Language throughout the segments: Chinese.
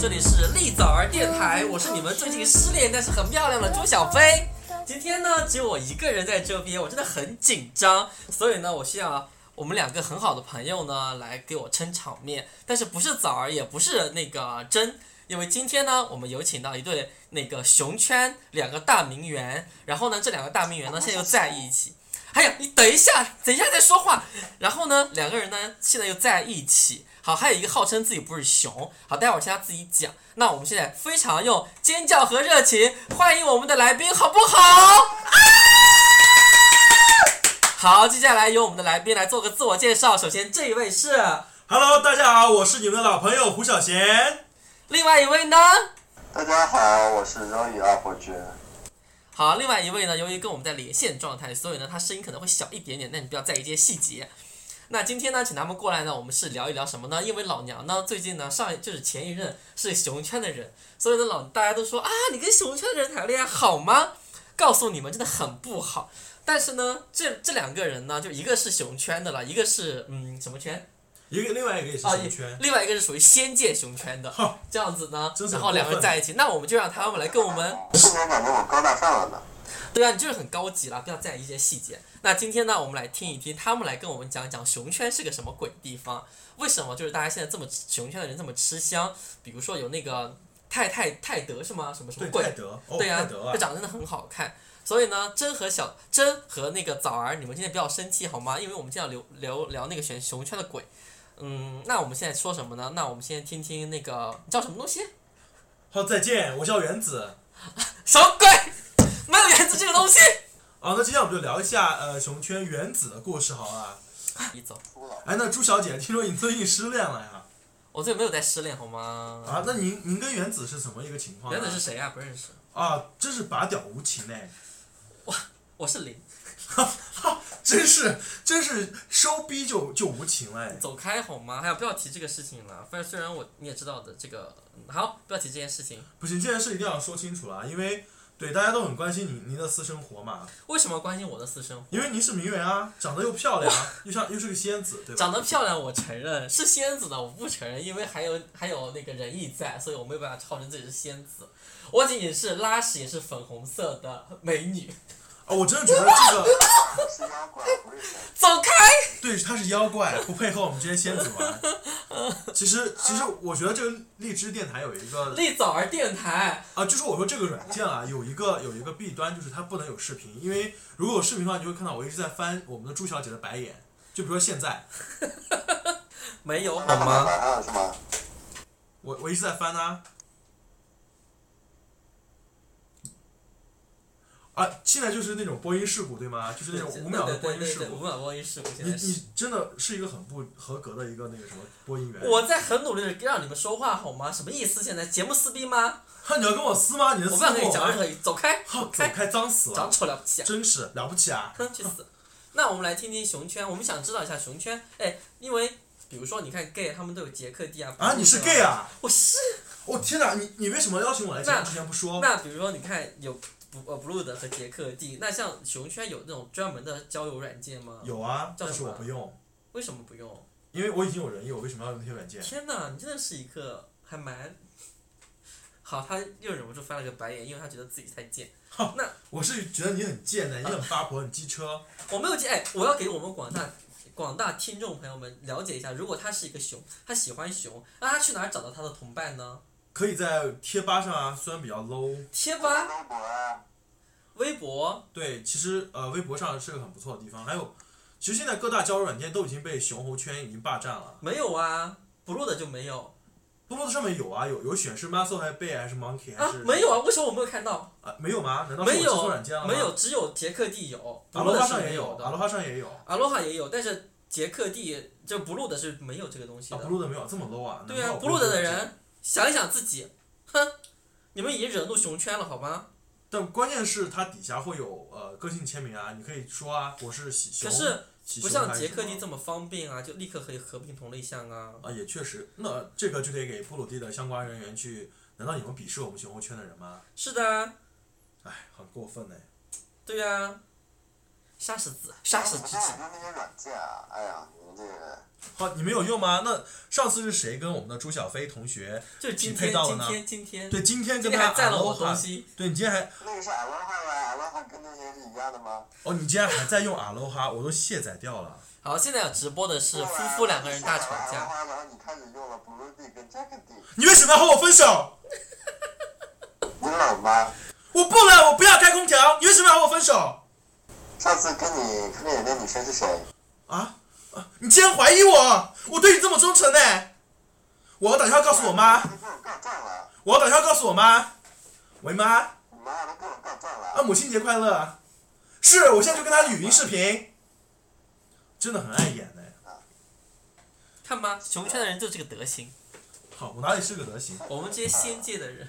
这里是丽枣儿电台，我是你们最近失恋但是很漂亮的朱小飞。今天呢，只有我一个人在这边，我真的很紧张，所以呢，我需要我们两个很好的朋友呢来给我撑场面，但是不是枣儿，也不是那个真。因为今天呢，我们有请到一对那个熊圈两个大名媛，然后呢，这两个大名媛呢现在又在一起。还有，你等一下，等一下再说话。然后呢，两个人呢现在又在一起。好，还有一个号称自己不是熊。好，待会儿听他自己讲。那我们现在非常用尖叫和热情欢迎我们的来宾，好不好？啊！好，接下来由我们的来宾来做个自我介绍。首先，这一位是， Hello，大家好，我是你们的老朋友胡小贤。另外一位呢？大家好，我是 Roy 阿伯爵。好，另外一位呢，由于跟我们在连线状态，所以呢，他声音可能会小一点点，但你不要在意这些细节。那今天呢，请他们过来呢，我们是聊一聊什么呢？因为老娘呢，最近呢，上一就是前一任是熊圈的人，所以呢，老大家都说啊，你跟熊圈的人谈恋爱好吗？告诉你们，真的很不好。但是呢，这这两个人呢，就一个是熊圈的了，一个是嗯什么圈？一个另外一个也是啊，熊也圈，另外一个是属于仙界熊圈的，这样子呢真，是然很后两个人过分在一起，那我们就让他们来啊跟我们突然感觉我高大上了 呢。对啊，你就是很高级啦，不要在意一些细节。那今天呢，我们来听一听他们来跟我们讲一讲熊圈是个什么鬼地方，为什么就是大家现在这么吃熊圈的人这么吃香？比如说有那个泰泰泰德是吗？什么什么对鬼泰？德，哦对泰啊，德啊他，长得真的很好看。所以呢，真和小真和那个枣儿，你们今天不要生气好吗？因为我们今天要聊聊聊那个选熊圈的鬼。嗯，那我们现在说什么呢？那我们先听听那个你叫什么东西？好再见，我叫原子。什么鬼？没有原子这个东西。 啊，那今天我们就聊一下呃熊圈原子的故事好了。你走。输了，哎，那朱小姐，听说你最近失恋了呀？我哦最近没有在失恋，好吗？啊，那您您跟原子是什么一个情况呢？原子是谁啊？不认识。啊，真是拔屌无情哎，我是零，真是真是收逼就就无情哎。走开好吗？还有不要提这个事情了。反正虽然我你也知道的，这个嗯好，不要提这件事情。不行，这件事一定要说清楚了，啊因为对大家都很关心你您的私生活嘛，为什么关心我的私生活？因为您是名媛啊，长得又漂亮，又像又是个仙子，对吧？长得漂亮，我承认是仙子的，我不承认，因为还有还有那个仁义在，所以我没有办法号称自己是仙子。我仅仅是拉屎也是粉红色的美女。啊，我真的觉得这个我是妖怪，不是神。走开！对，他是妖怪，不配和我们这些仙子玩。 其实，其实我觉得这个荔枝电台有一个立早儿电台，啊，就是我说这个软件啊，有一个有一个弊端，就是它不能有视频，因为如果有视频的话，你就会看到我一直在翻我们的朱小姐的白眼。就比如说现在，没有好那么吗？晚上是吗？我我一直在翻啊。啊，现在就是那种播音事故，对吗？就是那种五秒的播对对音对事对，故五。秒播音事故现你在是。你真的是一个很不合格的一个那个什么播音员。我在很努力的让你们说话好吗？什么意思？现在节目撕逼吗？哈，你要跟我撕吗？你的我撕不想跟你我讲任何，走开， 好，走走开，开，脏死长了，丑了不起啊！真是了不起啊！哼，去死！那我们来听听熊圈，我们想知道一下熊圈，哎，因为比如说你看 gay 他们都有杰克弟啊，啊，你是 gay？啊？我是。我、天哪，你你为什么邀请我来节那目之前不说？那比如说你看有不呃 blue 的和杰克弟，那像熊圈有那种专门的交友软件吗？。有啊，叫但什是么我不用，为什么不用？因为我已经有人有，为什么要用那些软件？天哪，你真的是一个还蛮……好，他又忍不住翻了个白眼，因为他觉得自己太贱。我是觉得你很贱的，你很八婆，很机车。我没有见，哎，我要给我们广大广大听众朋友们了解一下，如果他是一个熊，他喜欢熊，那他去哪儿找到他的同伴呢？可以在贴吧上啊，虽然比较 low，贴哎吧、微博啊，微博，对，其实呃，微博上是个很不错的地方。还有，其实现在各大交友软件都已经被熊猴圈已经霸占了。没有啊，blue 的就没有多多的上面有啊，有有选是 muscle 还是 bear 还是 monkey 还啊是、，没有啊，为什么我没有看到？啊没有吗？难道是我没记有错软件了，吗？没有，只有杰克地有，阿 blue 罗的花是上也没有，阿的罗花上也有，啊阿罗哈也有，但是杰克地就 blue 的是没有这个东西的。啊，blue 的没有这么 low 啊？对啊难怪我，blue 不的的理解。人想一想自己，哼，你们已经惹怒熊圈了好吗？但关键是它底下会有呃个性签名啊，你可以说啊，我是喜熊，可是喜不熊像还是杰克什地么这么方便啊，就立刻可以合并同类项啊。啊，也确实，那这个就得给布鲁蒂的相关人员去，难道你们鄙视我们熊猴圈的人吗？是的啊，哎，很过分哎。对呀、啊杀十字，杀你死们之这有己。用那些软件啊？哎呀，你们这个好，你们有用吗？那上次是谁跟我们的朱小飞同学就是今匹天，配到了今呢？天，今天，对，今天今跟天他还占了我 Aloha 东西。对你今天还那个是 Aloha 吗？Aloha 跟那些是一样的吗？哦，你竟然还在用 Aloha，我都卸载掉了。好，现在有直播的是后来夫妇两个人大吵你下载了架。 Aloha，然后你开始用了 Blue D 跟 Jack D，你为什么要和我分手？你冷吗？我不冷，我不要开空调。你为什么要和我分手？上次跟你看电影的女生是谁？啊啊！你竟然怀疑我？我对你这么忠诚呢、我要打电话告诉我妈，都给我告状了，我要打电话告诉我妈。喂妈，你妈都给我告状啊，哦了。母亲节快乐！是我现在就跟她语音视频，真的很碍眼呢、看吧，熊圈的人就是这个德行。好，我哪里是个德行？我们这些仙界的人，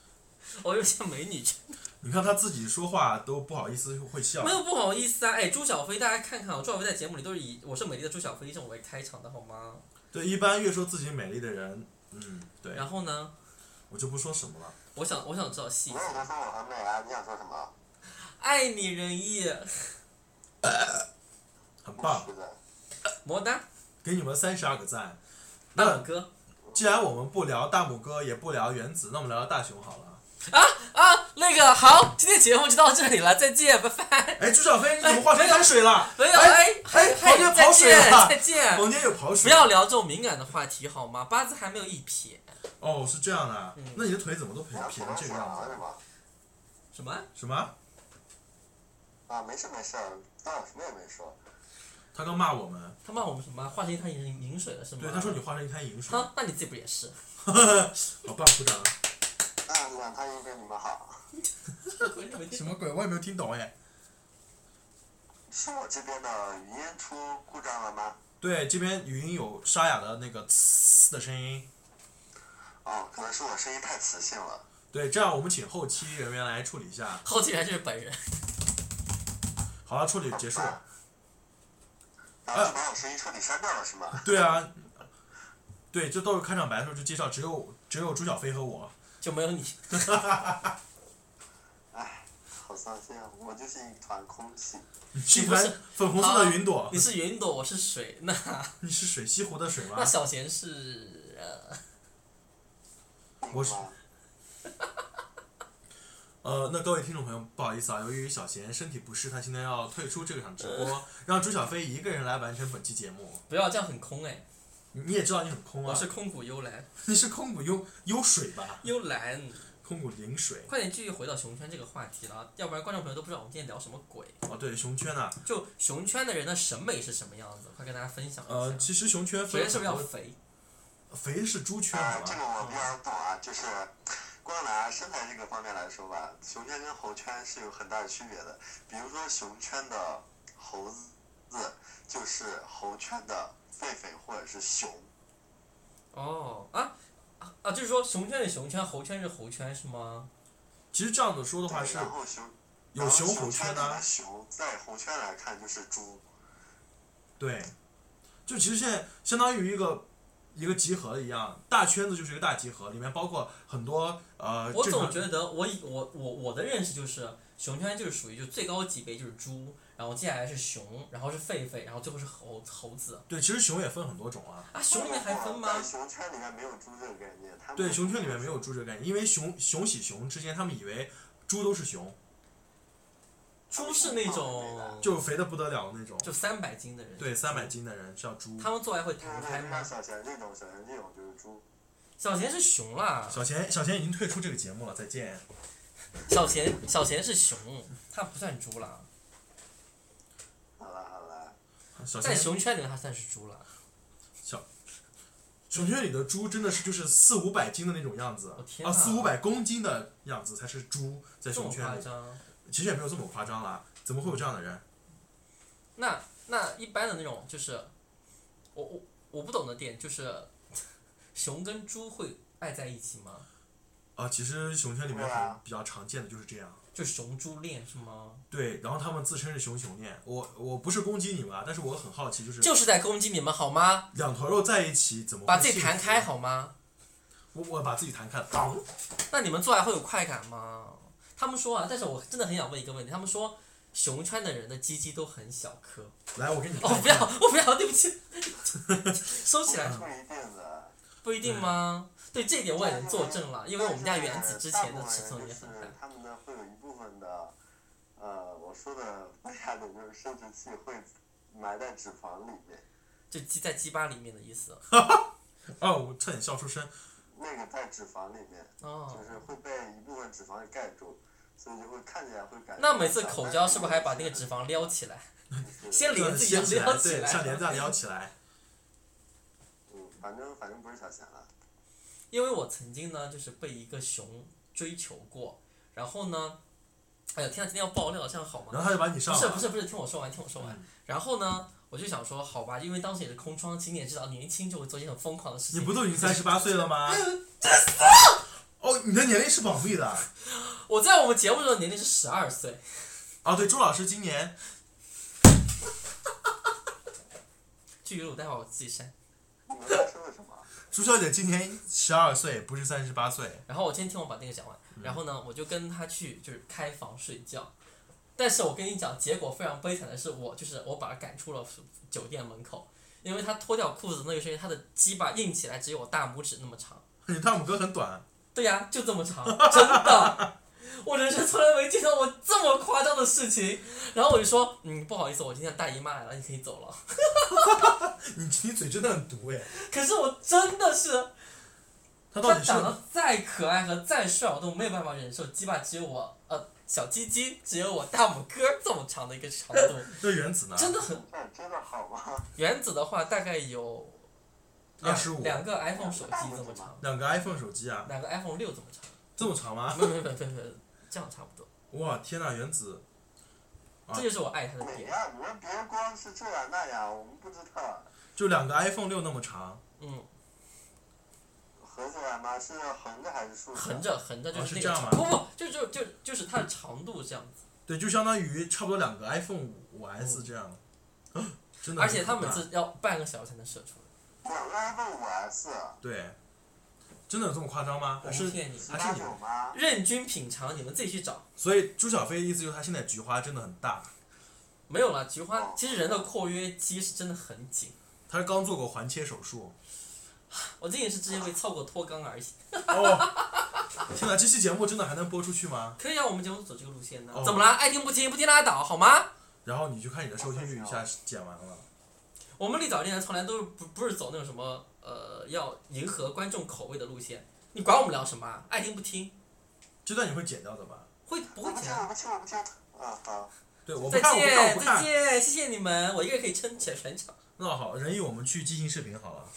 我又像美女圈，你看他自己说话都不好意思会笑没。有不好意思啊。哎，朱小飞，大家看啊看，我朱小飞在节目里都是以“我是美丽的朱小飞”这种为开场的好吗？对，一般越说自己美丽的人，嗯，对，然后呢，我就不说什么了。我想我想知道细我有节，都说我很美啊，你想说什么？爱你仁义， 很不棒是，的，么哒，给你们三十二个赞。大拇那哥既然我们不聊大拇哥，也不聊原子，那我们聊聊大雄好了。啊，那个好，今天节目就到这里了，再见，拜拜。哎，朱小飞，你怎么化成山水了？没有，哎哎，还哎，房间再跑水见，了再，见。 房间有跑水。不要聊这种敏感的话题好吗？八字还没有一撇，哦，是这样的嗯啊。那你的腿怎么都你撇要撇评成论这个什样么子是？吗？什么？什么？啊，没事没事，但我什么也没说。他刚骂我们，他骂我们什么？啊化成一滩饮饮水了是吗？对，他说你化成一滩饮水。哈，那你自己不也是？ 好棒，鼓掌。那两他应该你们好，什么鬼？我也没有听懂哎。是我这边的语音出故障了吗？对，这边语音有沙哑的那个呲的声音。哦，可能是我声音太磁性了。对，这样我们请后期人员来处理一下。后期人就是本人。好了，处理结束。然后就把我声音彻底删掉了是吗？对啊，对，就到时候开场白的时候就介绍，只有只有朱小飞和我。就没有你，唉，哎好伤心啊！我就是一团空气。是一团粉红色的云朵啊你，是云朵，我是水，那你是水西湖的水吗那？小贤是呃，我是呃，那各位听众朋友，不好意思啊，由于小贤身体不适，他今天要退出这场直呃播，让朱小飞一个人来完成本期节目。不要这样很空哎，你也知道你很空我啊，是空谷幽兰，你是空谷幽幽水吧？幽兰，空谷灵水快点继续回到熊圈这个话题了，要不然观众朋友都不知道我们今天聊什么鬼。哦，对，熊圈啊，就熊圈的人的审美是什么样子，快跟大家分享呃，一下。其实熊圈首肥先是不是要肥？肥是猪圈啊好，这个吧？我比较懂啊，就是光拿身材这个方面来说吧，熊圈跟猴圈是有很大的区别的。比如说熊圈的猴子就是猴圈的狒狒或者是熊，哦啊啊啊！就是说熊圈是熊圈，猴圈是猴圈是吗？其实这样子说的话对是然后熊有熊然后猴熊圈啊呃圈呢、里的熊在猴圈来看就是猪，对，就其实现在相当于一个一个集合一样，大圈子就是一个大集合，里面包括很多呃，我正总常觉得我以我我我的认识就是熊圈就是属于就是最高级别就是猪，然后接下来是熊，然后是狒狒，然后最后是猴猴子对，其实熊也分很多种啊。啊！熊里面还分在吗？熊圈里面没有猪这个概念，他们对，熊圈里面没有猪这个概念，因为熊熊喜熊之间，他们以为猪都是熊，猪是那种就是肥的不得了的那种。就三百斤的人，对，三百斤的人叫猪。他们做爱会对弹对开对，吗像？小贤这种，小贤这种就是猪。小贤是熊啦，小贤，小贤已经退出这个节目了，再见。啊小贤小贤是熊，他不算猪啦，好了好了，小在贤，熊圈里面他算是猪啦。熊圈里的猪真的是就是四五百斤的那种样子我，哦天啊，哪四五百公斤的样子才是猪，在这熊么圈夸里，张？其实也没有这么夸张啦，怎么会有这样的人？那那一般的那种就是，我我我不懂的点就是，熊跟猪会爱在一起吗？啊，其实熊圈里面对啊很比较常见的就是这样。就熊猪恋是吗？对，然后他们自称是熊熊恋，我我不是攻击你们啊，但是我很好奇，就是就是在攻击你们好吗？两坨肉在一起怎么会把自己幸福弹开？好吗？我我把自己弹开，当哦那你们做爱会有快感吗？他们说啊，但是我真的很想问一个问题，他们说熊圈的人的鸡鸡都很小颗。来，我给你哦，看一不要下，，我不要，对不起，收起来。不一定的。不一定吗？对这一点我也能作证了，因为我们家原子之前的尺寸也很大部分人就是大。他们呢会有一部分的，呃，我说的不雅点就是生殖器会埋在脂肪里面，就鸡在鸡巴里面的意 思。哦，我差点笑出声。那个在脂肪里面哦就，是会被一部分脂肪给盖住，所以就会看起来会感觉。那每次口交是不是还把那个脂肪撩起来，先帘子一样掀起来，撩起对，像帘来？子一样啊撩起来。嗯，反正反正不是小钱了。因为我曾经呢，就是被一个熊追求过，然后呢，哎呀，天啊，今天要爆料，这样好吗？然后他就把你上不了，是不是不是，听我说完，听我说完。嗯然后呢，我就想说，好吧，因为当时也是空窗期，你也知道，年轻就会做一些很疯狂的事情。你不都已经三十八岁 了吗？哦，你的年龄是保密的。我在我们节目中的年龄是十二岁，哦，对，周老师今年具体我待会儿我自己删。你们在说的什么？朱小姐今年十二岁，不是三十八岁。然后我先听我把那个讲完，然后呢，我就跟他去就是开房睡觉，但是我跟你讲，结果非常悲惨的是我，就是我把他赶出了酒店门口，因为他脱掉裤子那个瞬间，他的鸡巴硬起来只有我大拇指那么长，你大拇哥很短，对呀、就这么长，真的， 我人生从来没见到过这么夸张的事情，然后我就说，嗯，不好意思，我今天大姨妈来了，你可以走了，你你嘴真的很毒哎。可是我真的是他到他底是长得再可爱和再帅，我都没有办法忍受。鸡巴只有我，呃，小鸡鸡只有我大拇哥这么长的一个长 度，这原子呢？真的很。这真的好吗？原子的话大概有两25两个 iPhone 手机这么长，两个 iPhone 手机啊，两个 iPhone 六这么长，这么长吗？没有没有没有没有没有，这样差不多。哇，天呐，原子啊这就是我爱他的哪点。样？你们别光是这样那样，我们不知道。就两个 iPhone 六那么长，嗯，合起来吗？是横着还是竖着？横。着横着就哦是是那这个样长，吗不不，就就就就是它的长度这样子。对，就相当于差不多两个 iPhone 五五 S 这样。 真的嗯而很可怕，且它每次要半个小时才能射出来。两个 iPhone 五 S，对，真的有这么夸张吗？我还不是骗你啊十还是八你们九吗？任君品尝，你们自己去找。所以朱小飞的意思就是他现在菊花真的很大，没有啦，菊花哦其实人的括约肌是真的很紧，他是刚做过环切手术。 我这也是之前为凑过脱肛而已。哦，天哪，这期节目真的还能播出去吗？可以啊，我们节目走这个路线呢、哦怎么啦？爱听不听，不听拉倒，好吗？然后你就看你的收听率一下减完了。我们立早电台从来都是不不是走那种什么呃要迎合观众口味的路线，你管我们聊什么、啊？爱听不听，这段你会剪掉的吧？会不我会不剪听，我啊？不听，我不听。啊，好。对，我不再看，我不看，我见不再看。见，谢谢你们，我一个人可以撑起来全场。那好，仁义，我们去即兴视频好了。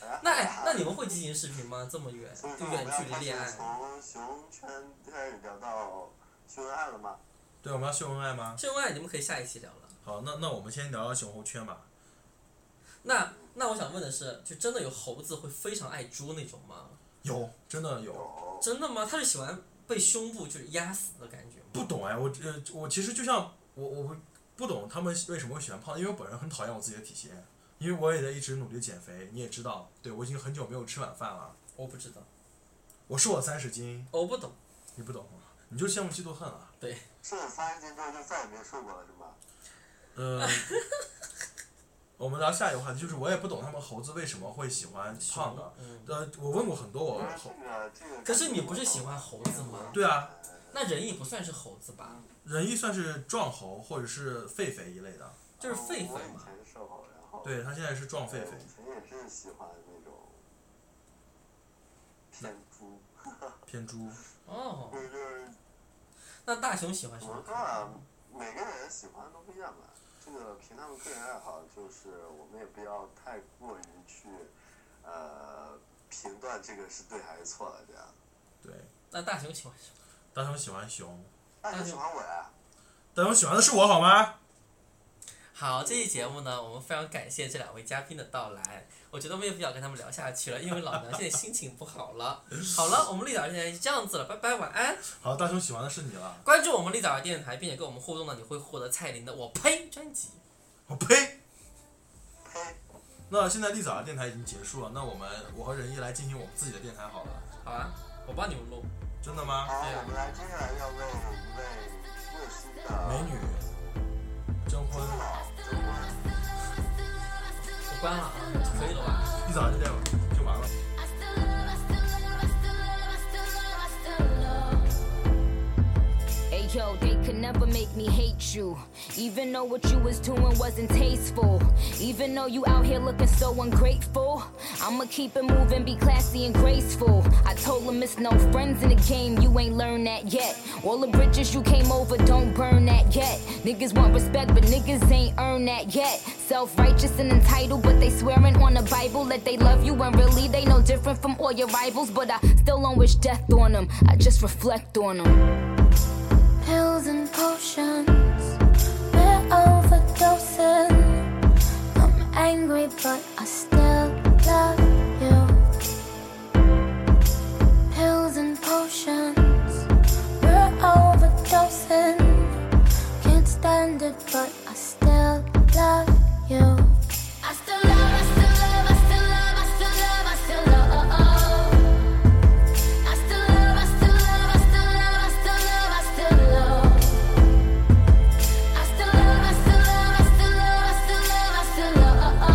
哎那哎那你们会进行视频吗？这么远，所以就嗯说我远们要距离开恋始爱，从熊圈开始聊到秀恩爱了吗？对，我们要秀恩爱吗？秀恩爱你们可以下一期聊了。好，那那我们先聊聊熊猴圈吧。那那我想问的是，就真的有猴子会非常爱猪那种吗？有，真的有。有。真的吗？他是喜欢被胸部就是压死的感觉吗？不懂哎，我呃，我其实就像我我不不懂他们为什么会喜欢胖，因为我本人很讨厌我自己的体型，因为我也在一直努力减肥，你也知道，对我已经很久没有吃晚饭了。我不知道，哦我瘦了三十斤，我不懂。你不懂，你就羡慕嫉妒恨啊了。瘦了三十斤之后就再也没瘦过了是吗？呃，我们聊下一个话题，就是我也不懂他们猴子为什么会喜欢胖的。嗯，呃，我问过很多我不是猴，这个这个。哦可是你不是喜欢猴子吗？对啊，那人也不算是猴子吧？仁义算是壮猴或者是狒狒一类的，就是狒狒我以嘛。前是瘦猴，然后。对他现在是壮狒狒。我以前也是喜欢那种偏猪，偏猪，哦，就是那大雄喜欢什怎么么说啊？每个人喜欢都不一样吧。这个凭他们个人爱好，就是我们也不要太过于去呃评断这个是对还是错了这样。对，那大雄喜欢什么？大雄喜欢熊，那你喜欢我呀？大雄喜欢的是我好吗？好，这期节目呢，我们非常感谢这两位嘉宾的到来。我觉得没有必要跟他们聊下去了，因为老娘现在心情不好了。好了，我们立早现在是这样子了，拜拜，晚安。好，大雄喜欢的是你了。关注我们立早电台，并且跟我们互动呢，你会获得蔡琳的《我呸》专辑。我呸！呸！那现在丽早的电台已经结束了，那我们我和仁义来进行我们自己的电台好了。好啊，我帮你们录。真的吗？啊好，我们来接下来要为一位热心的美女，征婚，父老征婚，我关了啊，可以了吧？一早就这样就完了。 Hey yo, they could never make me hate you. Even though what you was doing wasn't tasteful. Even though you out here looking so ungrateful. I'ma keep it moving, be classy and graceful. I told them it's no friends in the game, you ain't learned that yet. All the bridges you came over, don't burn that yet. Niggas want respect, but niggas ain't earned that yet. Self righteous and entitled, but they swearing on the Bible that they love you and really they no different from all your rivals. But I still don't wish death on them, I just reflect on them. pills and potions. We're overdosing. I'm angry, but I still love you. Pills and potions. We're overdosing. Can't stand it, but I still love you. I still love, I still love, I still love, I still love, I still love. I still love, I still love, I still love, I still love, I still love. I still love, I still love, I still love, I still love, I still love.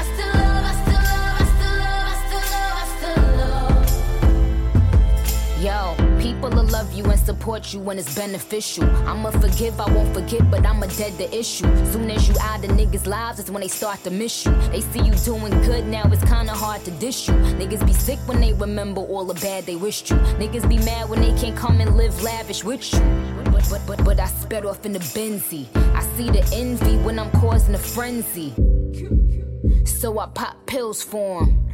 I still love, I still love, I still love, I still love, I still love. Yo, people will love you and support you when it's beneficial. I'ma forgive, I won't forget, but I'ma dead the issue. Soon as you out the niggas' lives, is when they start to miss you. They see you doing good now, it's kinda hard to dish you. Niggas be sick when they remember all the bad they wished you. Niggas be mad when they can't come and live lavish with you. But, but, but, but I sped off in the Benzie. I see the envy when I'm causing a frenzy. So I pop pills for 'em.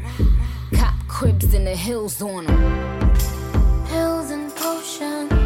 Cop cribs in the hills on 'em. Pills and potions.